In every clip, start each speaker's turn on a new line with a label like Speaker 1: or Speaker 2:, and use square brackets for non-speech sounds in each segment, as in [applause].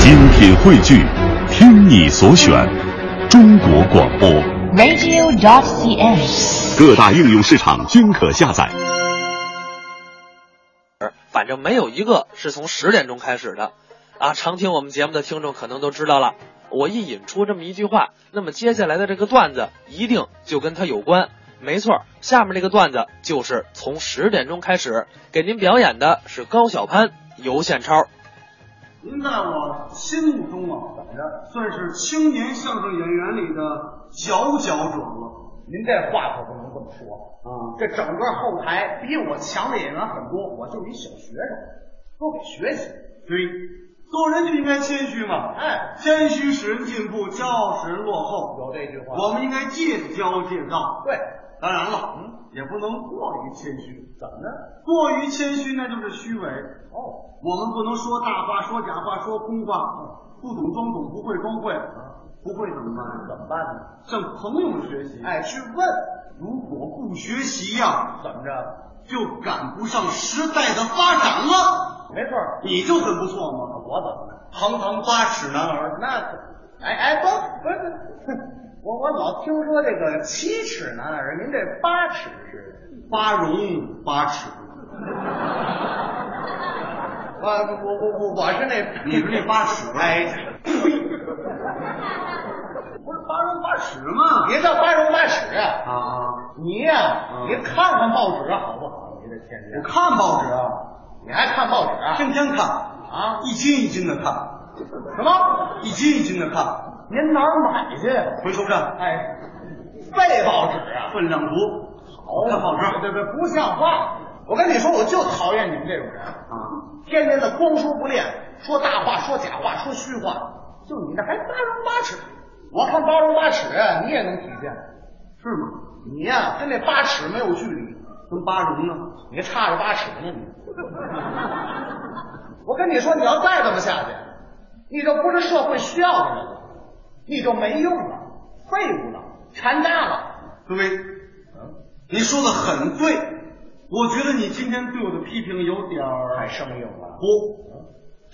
Speaker 1: 精品汇聚，听你所选，中国广播。
Speaker 2: radio.cn。
Speaker 1: 各大应用市场均可下载。
Speaker 3: 反正没有一个是从十点钟开始的，啊，常听我们节目的听众可能都知道了。我一引出这么一句话，那么接下来的这个段子一定就跟它有关。没错，下面这个段子就是从十点钟开始给您表演的是高晓攀、尤宪超。
Speaker 4: 您在我心目中啊，算是青年相声演员里的佼佼者了。
Speaker 5: 您这话可不能这么说
Speaker 4: 啊
Speaker 5: 这整个后台比我强的演员很多，我就是一小学生，多给学习。
Speaker 4: 对，做人就应该谦虚嘛，
Speaker 5: 哎
Speaker 4: 谦虚使人进步，骄傲使人落后。
Speaker 5: 有这句话，
Speaker 4: 我们应该戒骄戒躁。
Speaker 5: 对，
Speaker 4: 当然了，嗯，也不能过于谦虚，
Speaker 5: 怎么呢？
Speaker 4: 过于谦虚那就是虚伪。
Speaker 5: 哦，嗯
Speaker 4: 我们不能说大话、说假话、说空话，不懂装懂，不会装会，不会怎么办？啊
Speaker 5: 怎么办呢？
Speaker 4: 向朋友们学习。
Speaker 5: 哎，，去问，
Speaker 4: 如果不学习呀、
Speaker 5: 怎么着？
Speaker 4: 就赶不上时代的发展了。
Speaker 5: 没错儿，
Speaker 4: 你就很不错嘛，
Speaker 5: 我怎么了？
Speaker 4: 堂堂八尺男儿，
Speaker 5: 那可，哎哎，不不是，哼我我老听说这个七尺男儿，您这八尺是？
Speaker 4: 八荣八耻。
Speaker 5: 我我我我我是那，
Speaker 4: 你是那八尺
Speaker 5: 哎，
Speaker 4: 不是八荣八耻吗？
Speaker 5: 别叫八荣八耻啊！
Speaker 4: 啊，
Speaker 5: 你呀、
Speaker 4: 嗯
Speaker 5: 你看看报纸好不好？你这天天
Speaker 4: 我，看报纸啊，
Speaker 5: 你还看报纸啊？
Speaker 4: 天天看
Speaker 5: 啊
Speaker 4: 一斤一斤的看，
Speaker 5: 什么？
Speaker 4: 一斤一斤的看，
Speaker 5: 您哪儿买去？
Speaker 4: 回收站
Speaker 5: 哎，废报纸啊！
Speaker 4: 分量足。
Speaker 5: 好
Speaker 4: 看报纸
Speaker 5: 对对，不像话！我跟你说，我就讨厌你们这种人，
Speaker 4: 啊，
Speaker 5: 天天的光说不练，说大话，说假话，说虚话。就你这还八荣八耻，我看八荣八耻啊，你也能体现。
Speaker 4: 是吗？
Speaker 5: 你呀、跟那八尺没有距离，
Speaker 4: 跟八荣呢？
Speaker 5: 你差着八尺呢你。我跟你说，你要再这么下去，你就不是社会需要的人了，你就没用了，废物了，残渣了。嗯
Speaker 4: 对，你说的很对，我觉得你今天对我的批评有点儿
Speaker 5: 太生硬了，嗯
Speaker 4: 不，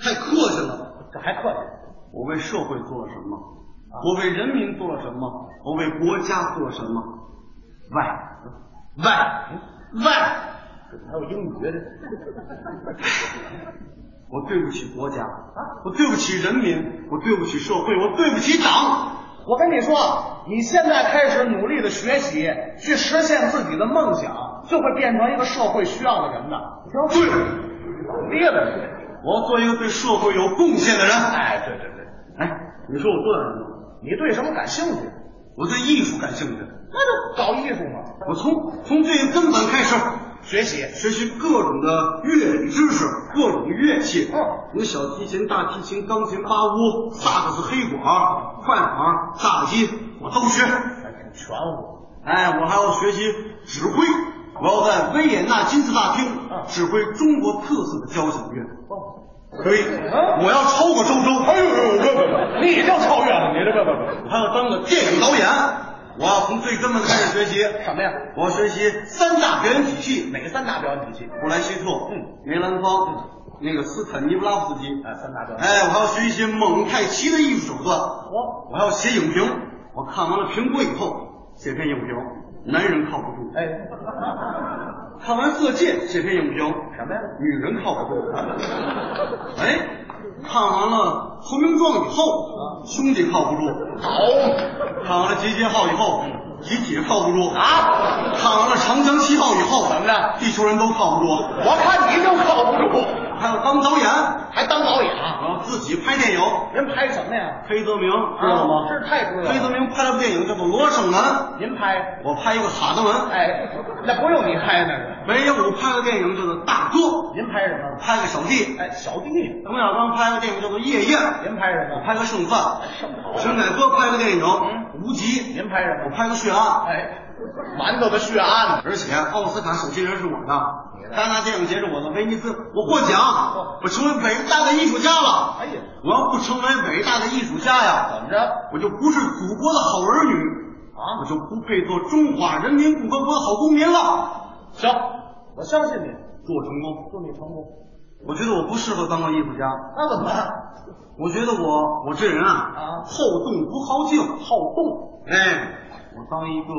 Speaker 4: 太客气了。
Speaker 5: 这还客气？啊
Speaker 4: 我为社会做了什么？我为人民做了什么？我为国家做了什么？喂，
Speaker 5: 嗯
Speaker 4: 喂，喂！
Speaker 5: 还有英语的
Speaker 4: 我对不起国家，
Speaker 5: 啊
Speaker 4: 我对不起人民，我对不起社会，我对不起党。
Speaker 5: 我跟你说，你现在开始努力的学习，去实现自己的梦想，就会变成一个社会需要的人的。
Speaker 4: 对，
Speaker 5: 别的，
Speaker 4: 我要做一个对社会有贡献的人。
Speaker 5: 哎，对对对，
Speaker 4: 哎，你说我做点什么？
Speaker 5: 你对什么感兴趣？
Speaker 4: 我对艺术感兴趣，
Speaker 5: 那就搞艺术嘛，
Speaker 4: 我从从最根本开始。
Speaker 5: 学习。
Speaker 4: 学习各种的乐理知识，各种乐器，
Speaker 5: 嗯
Speaker 4: 有小提琴、大提琴、钢琴、巴乌、萨克斯、黑管、快板、萨克基，我都学。
Speaker 5: 还挺全乎。
Speaker 4: 哎，我还要学习指挥，我要在维也纳金字塔厅
Speaker 5: 嗯
Speaker 4: 指挥中国特色的交响乐。
Speaker 5: 哦，
Speaker 4: 可以，
Speaker 5: 嗯
Speaker 4: 我要超过周周，
Speaker 5: 哎呦呦呦，不不不，你就超越了，你这不不
Speaker 4: 我还要当个电影导演。我要从最根本开始学习，
Speaker 5: 不，什么呀？
Speaker 4: 我要学习三大表演体系：
Speaker 5: 哪三大表演体系？
Speaker 4: 布莱希特、
Speaker 5: 嗯、
Speaker 4: 梅兰芳、那个斯坦尼布拉夫斯基。
Speaker 5: 哎，三大表演。
Speaker 4: 哎，我还要学一些蒙太奇的艺术手段，
Speaker 5: 我，
Speaker 4: 我还要写影评。我看完了评估以后，写篇影评。男人靠不住，
Speaker 5: 哎，
Speaker 4: [laughs] 看完《色戒》写篇影评，
Speaker 5: 什么呀？
Speaker 4: 女人靠不住。哎，看完了《投名状》以后，兄弟靠不住。好，看完了《集结号》以后，集体靠不住。
Speaker 5: 啊，
Speaker 4: 看完了《长江七号》以后，
Speaker 5: 怎么着？
Speaker 4: 地球人都靠不住。
Speaker 5: 我看你就靠不住，
Speaker 4: 还要当导演，
Speaker 5: 还当导演？啊
Speaker 4: 我要自己拍电影。
Speaker 5: 您拍什么呀？
Speaker 4: 黑泽明
Speaker 5: 啊
Speaker 4: 知道吗？
Speaker 5: 这太知道了
Speaker 4: 黑泽明拍了部电影叫做《罗生门》，
Speaker 5: 您拍？
Speaker 4: 我拍一个哈德门。
Speaker 5: 哎，那不用你拍那个。
Speaker 4: 没有，我拍个电影叫做《大哥》，
Speaker 5: 您拍什么？
Speaker 4: 拍个小弟。
Speaker 5: 哎，小弟。
Speaker 4: 冯小刚拍个电影叫做《夜宴》，
Speaker 5: 您拍什
Speaker 4: 我
Speaker 5: 么？
Speaker 4: 拍个剩饭。
Speaker 5: 圣袍。
Speaker 4: 陈凯歌拍个电影《
Speaker 5: 嗯
Speaker 4: 无极》，
Speaker 5: 您拍什
Speaker 4: 我
Speaker 5: 么？
Speaker 4: 拍个血案。
Speaker 5: 哎，馒头的血案。
Speaker 4: 而且啊奥斯卡首席人是我
Speaker 5: 你
Speaker 4: 的，
Speaker 5: 的
Speaker 4: 戛纳电影节是我的，威尼斯我获奖，我成为伟大的艺术家了。
Speaker 5: 哎呀，
Speaker 4: 我要不成为伟大的艺术家呀，
Speaker 5: 怎么着？
Speaker 4: 我就不是祖国的好儿女。
Speaker 5: 啊
Speaker 4: 我就不配做中华人民共和国的好公民了。
Speaker 5: 行，我相信你，
Speaker 4: 祝我成功！
Speaker 5: 祝你成功。
Speaker 4: 我觉得我不适合当个艺术家。
Speaker 5: 那怎么办？
Speaker 4: 我觉得我我这人啊
Speaker 5: 啊，
Speaker 4: 好动不好静，好动。哎，我当一个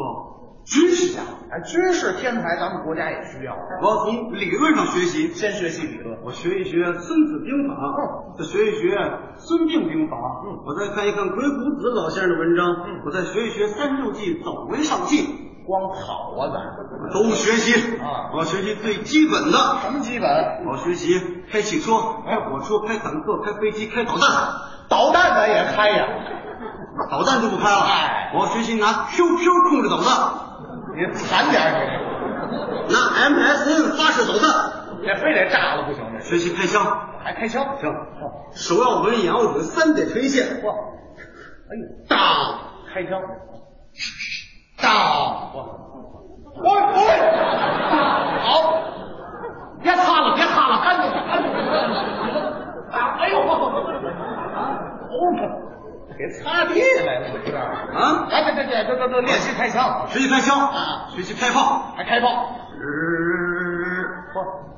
Speaker 4: 军事家，
Speaker 5: 哎，军事天才咱们国家也需要。
Speaker 4: 我要从理论上学习，
Speaker 5: 先学习理论，
Speaker 4: 我学一学《孙子兵法》，
Speaker 5: 哦
Speaker 4: 再学一学《孙膑兵法》，
Speaker 5: 嗯
Speaker 4: 我再看一看鬼谷子老先生的文章，我再学一学《三六计》《走为上计》，
Speaker 5: 光跑啊咱。
Speaker 4: 我都学习
Speaker 5: 啊
Speaker 4: 我要学习最基本的。
Speaker 5: 什么基本？
Speaker 4: 我要学习开汽车、
Speaker 5: 哎
Speaker 4: 开火车、哎开坦克、开飞机、开导弹，
Speaker 5: 导弹咱也开呀，
Speaker 4: 导弹就不开了。
Speaker 5: 哎
Speaker 4: 我要学习拿 QQ 控制导弹，
Speaker 5: 你惨点儿
Speaker 4: 拿 MSN 发射导弹，
Speaker 5: 你这，这非得炸了不行，这
Speaker 4: 学习开枪。
Speaker 5: 还开枪。
Speaker 4: 行
Speaker 5: 哦
Speaker 4: 手要稳，眼要准，三点垂线，
Speaker 5: 哇，哎呦，
Speaker 4: 当
Speaker 5: 开枪！
Speaker 4: 当。
Speaker 5: 喂喂， [laughs] 好，别擦了，别擦了，干净点，干净点。啊，哎呦，哦，给擦地来了，这是。
Speaker 4: 啊
Speaker 5: 来，这这这这这这练习开枪，
Speaker 4: 学习开枪
Speaker 5: 啊
Speaker 4: 学习开炮，
Speaker 5: 还开炮。
Speaker 4: 呃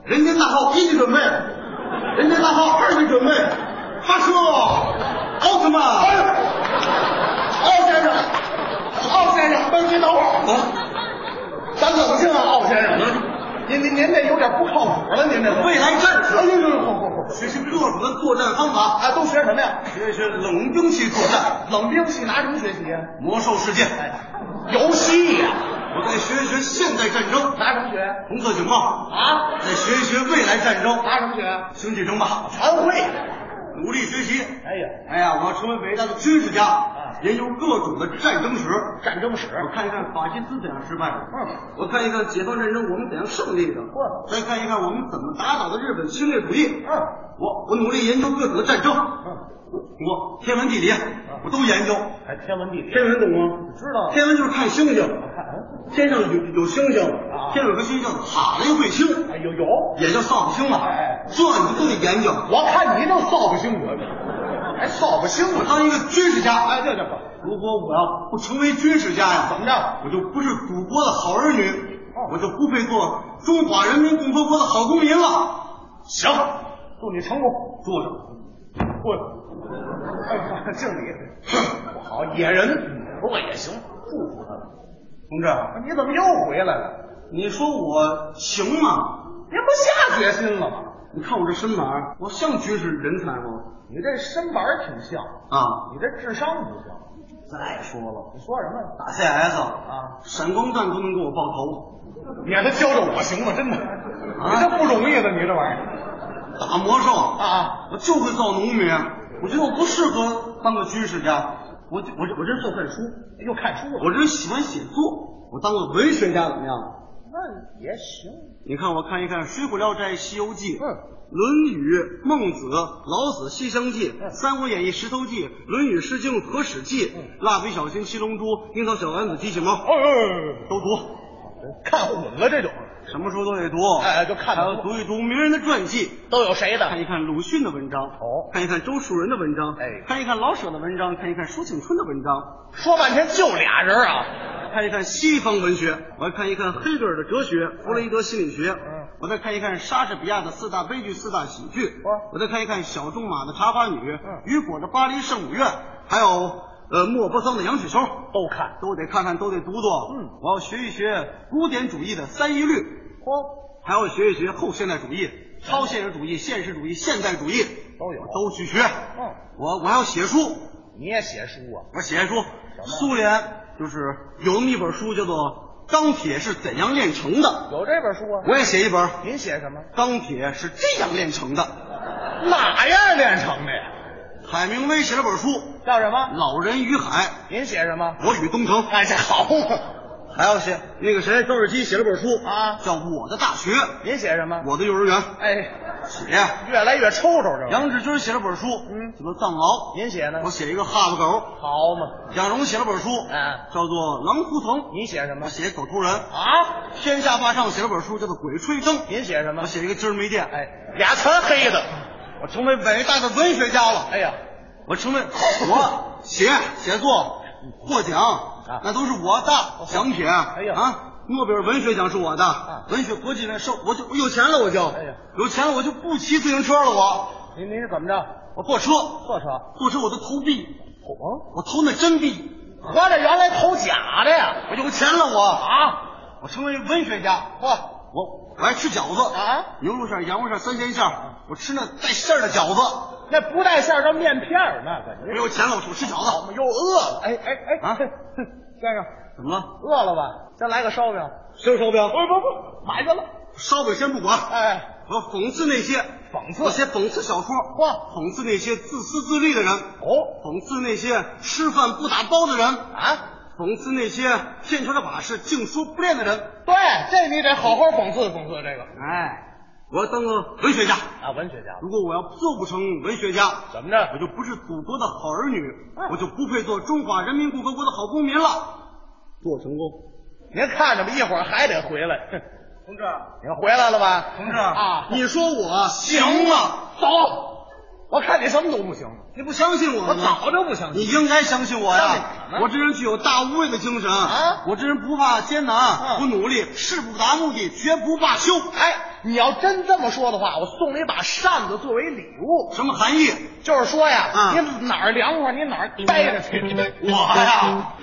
Speaker 4: 人间大炮一级准备，人间大炮二级准备，发射，奥特曼，
Speaker 5: 奥先生，奥先生，等您等会儿，
Speaker 4: 啊，
Speaker 5: 咱冷静啊，奥先生，您您您这有点不靠谱了，您这个
Speaker 4: 未来战
Speaker 5: 哎
Speaker 4: 士，
Speaker 5: 呦呦呦，不不不，
Speaker 4: 学习各种的作战方法，
Speaker 5: 啊，都学什么呀？
Speaker 4: 学习冷兵器作战，
Speaker 5: 冷兵器拿什么学习啊？
Speaker 4: 魔兽世界，
Speaker 5: 游戏呀、
Speaker 4: 我再学一学现代战争，
Speaker 5: 拿什么学？
Speaker 4: 红色警报，
Speaker 5: 啊，
Speaker 4: 再学一学未来战争，
Speaker 5: 拿什么学？
Speaker 4: 星际争霸，
Speaker 5: 全会。
Speaker 4: 努力学习。
Speaker 5: 哎呀，啊
Speaker 4: 哎呀，我要成为伟大的军事家，研究各种的战争史。
Speaker 5: 战争史，
Speaker 4: 我看一看法西斯怎样失败的，
Speaker 5: 嗯，
Speaker 4: 我看一看解放战争我们怎样胜利的，
Speaker 5: 哇
Speaker 4: 再看一看我们怎么打倒的日本侵略主义。
Speaker 5: 嗯，
Speaker 4: 我我努力研究各种的战争，我天文地理我都研究。
Speaker 5: 还嗯哎天文地理，
Speaker 4: 天文懂吗？
Speaker 5: 知道
Speaker 4: 天文就是看星星，天上有有星星
Speaker 5: 啊，
Speaker 4: 天上有颗星叫哈雷彗星，
Speaker 5: 哎呦有，
Speaker 4: 也叫扫把星嘛
Speaker 5: 哎。
Speaker 4: 这你都得研究。
Speaker 5: 我看你就扫不清我，还扫不清
Speaker 4: 我
Speaker 5: 我。
Speaker 4: 当一个军事家，
Speaker 5: 哎，对对对，
Speaker 4: 如果我要不成为军事家呀，
Speaker 5: 怎么着？
Speaker 4: 我就不是祖国的好儿女
Speaker 5: 哦，
Speaker 4: 我就不配做中华人民共和国的好公民了。行，
Speaker 5: 祝你成功。
Speaker 4: 坐着。
Speaker 5: 我，哎， [laughs] 敬礼。不好，野人，啊不过也行，祝福他吧。
Speaker 4: 同志，
Speaker 5: 你怎么又回来了？
Speaker 4: 你说我行吗？
Speaker 5: 您不下决心了吗？
Speaker 4: 你看我这身板儿，我像军事人才吗？
Speaker 5: 你这身板儿挺像，
Speaker 4: 啊！
Speaker 5: 你这智商不像。啊
Speaker 4: 再说了，
Speaker 5: 你说什么呀？
Speaker 4: 打 CS
Speaker 5: 啊，
Speaker 4: 闪光弹都能给我爆头，
Speaker 5: 你让他教教我行吗？真的，你这不容易的，你这玩意儿
Speaker 4: 打魔兽
Speaker 5: 啊！
Speaker 4: 我就会造农民。我觉得我不适合当个军事家，我我我这是会看书，
Speaker 5: 又看书了，
Speaker 4: 我这人喜欢写作，我当个文学家怎么样？
Speaker 5: 那也行。
Speaker 4: 你看，我看一看《水浒聊斋》《西游记》
Speaker 5: 嗯
Speaker 4: 论语》《孟子》《老子》《西厢记》
Speaker 5: 嗯
Speaker 4: 三国演义》《石头记》《论语》《诗经》《和史记》蜡笔小新》《七龙珠》《樱桃小丸子》《机器猫》
Speaker 5: 嗯哦，
Speaker 4: 都读，
Speaker 5: 看混了这种，
Speaker 4: 什么书都得读。
Speaker 5: 哎哎就看
Speaker 4: 还
Speaker 5: 得
Speaker 4: 要
Speaker 5: 多
Speaker 4: 读一读名人的传记，
Speaker 5: 都有谁的？
Speaker 4: [laughs] 看一看鲁迅的文章，
Speaker 5: 哦
Speaker 4: 看一看周树人的文章，
Speaker 5: 哎
Speaker 4: 看一看老舍的文章，看一看舒庆春的文章，
Speaker 5: 说半天就俩人啊！
Speaker 4: 看一看西方文学，我还看一看黑格尔的哲学、弗洛伊德心理学，
Speaker 5: 嗯
Speaker 4: 我再看一看莎士比亚的四大悲剧、四大喜剧，
Speaker 5: 哇
Speaker 4: 我再看一看小仲马的《茶花女》
Speaker 5: 嗯
Speaker 4: 雨果的《巴黎圣母院》，还有呃莫泊桑的《羊水球》，
Speaker 5: 都看。
Speaker 4: 都得看看，都得读读。
Speaker 5: 嗯，
Speaker 4: 我要学一学古典主义的三一律，
Speaker 5: 哦，
Speaker 4: 还要学一学后现代主义、超现实主义、现实主义、现代主义，
Speaker 5: 嗯都有
Speaker 4: 我都去学。
Speaker 5: 嗯，
Speaker 4: 我我还要写书，
Speaker 5: 你也写书啊？
Speaker 4: 我写书。
Speaker 5: 么
Speaker 4: 苏联就是有那么一本书叫做《钢铁是怎样炼成的》。
Speaker 5: 有这本书啊？
Speaker 4: 我也写一本《
Speaker 5: 您写什么？
Speaker 4: 钢铁是这样炼成的
Speaker 5: 哪样练成的呀？》。
Speaker 4: 海明威写了本书《
Speaker 5: 叫什么？
Speaker 4: 老人与海
Speaker 5: 您写什么》，？
Speaker 4: 我与东城。
Speaker 5: 哎，这好嘛！
Speaker 4: 还有写那个谁，周尔基写了本书
Speaker 5: 啊
Speaker 4: 叫《我的大学》，
Speaker 5: 您写什么？
Speaker 4: 我的幼儿园。
Speaker 5: 哎，
Speaker 4: 写
Speaker 5: 越来越抽抽这玩意儿。
Speaker 4: 杨志军写了本书，
Speaker 5: 嗯
Speaker 4: 叫做《藏獒》。
Speaker 5: 您写呢
Speaker 4: 我？写一个哈巴狗。
Speaker 5: 好嘛，
Speaker 4: 蒋荣写了本书，
Speaker 5: 啊
Speaker 4: 叫做《狼图腾》。
Speaker 5: 您写什么
Speaker 4: 我？写狗头人。
Speaker 5: 啊？
Speaker 4: 天下霸唱写了本书，叫做《鬼吹灯》。
Speaker 5: 您写什么
Speaker 4: 我？写一个今儿没电。，
Speaker 5: 哎，俩全黑的。
Speaker 4: 我成为伟大的文学家了。
Speaker 5: 哎呀，
Speaker 4: 我成为
Speaker 5: [laughs]
Speaker 4: 我写写作获奖，那都是我的奖品。哎
Speaker 5: 啊哦呀啊
Speaker 4: 啊，诺贝尔文学奖是我的，文学国际那授，我就我有钱了，我就
Speaker 5: 哎呀，
Speaker 4: 有钱了我就不骑自行车了，我
Speaker 5: 您您是怎么着？
Speaker 4: 我坐车，
Speaker 5: 坐车？
Speaker 4: 坐车我都投币，
Speaker 5: 哦，
Speaker 4: 我投那真币，
Speaker 5: 合着原来投假的呀？
Speaker 4: 我有钱了我，
Speaker 5: 啊，
Speaker 4: 我成为文学家，
Speaker 5: 嚯！
Speaker 4: 我我爱吃饺子
Speaker 5: 啊，
Speaker 4: 牛肉馅、羊肉馅、三鲜馅，我吃那带馅儿的饺子。
Speaker 5: 那不带馅儿叫面片儿，那感
Speaker 4: 没
Speaker 5: 觉
Speaker 4: 有钱了，我吃饺子。
Speaker 5: 哎又饿了。哎哎哎
Speaker 4: 啊
Speaker 5: 先生
Speaker 4: 怎么了？
Speaker 5: 饿了吧？先来个烧饼。
Speaker 4: 谁有烧饼？
Speaker 5: 不不不，买个了。
Speaker 4: 烧饼先不管，
Speaker 5: 哎，
Speaker 4: 我讽刺那些
Speaker 5: 讽刺
Speaker 4: 我先讽刺小说，
Speaker 5: 嚯
Speaker 4: 讽刺那些自私自利的人，
Speaker 5: 哦
Speaker 4: 讽刺那些吃饭不打包的人，
Speaker 5: 啊，
Speaker 4: 讽刺那些骗钱的把式净说不练的人。
Speaker 5: 对，这你得好好讽刺讽刺这个
Speaker 4: 哎，我要当个文学家。
Speaker 5: 啊，文学家
Speaker 4: 如果我要做不成文学家，
Speaker 5: 怎么着
Speaker 4: 我就不是祖国的好儿女
Speaker 5: 嗯，
Speaker 4: 我就不配做中华人民共和国的好公民了。做成功，
Speaker 5: 您看着吧，一会儿还得回来。
Speaker 4: 同志，啊
Speaker 5: 您回来了吧，
Speaker 4: 同志
Speaker 5: 啊？
Speaker 4: 你说我行吗？
Speaker 5: 走，我看你什么都不行。
Speaker 4: 你不相信我
Speaker 5: 我
Speaker 4: 吗？
Speaker 5: 早就不相
Speaker 4: 嗯你
Speaker 5: 信。
Speaker 4: 应该相信我
Speaker 5: 相信
Speaker 4: 呀
Speaker 5: 什！么
Speaker 4: 我这人具有大无畏的精神
Speaker 5: 啊
Speaker 4: 我这人不怕艰难，
Speaker 5: 嗯
Speaker 4: 不努力，誓不达目的，绝不罢休。
Speaker 5: 哎，你要真这么说的话，我送你一把扇子作为礼物。
Speaker 4: 什么含义？
Speaker 5: 就是说呀，
Speaker 4: 啊
Speaker 5: 你哪儿凉快，你哪儿待着去。
Speaker 4: 我呀，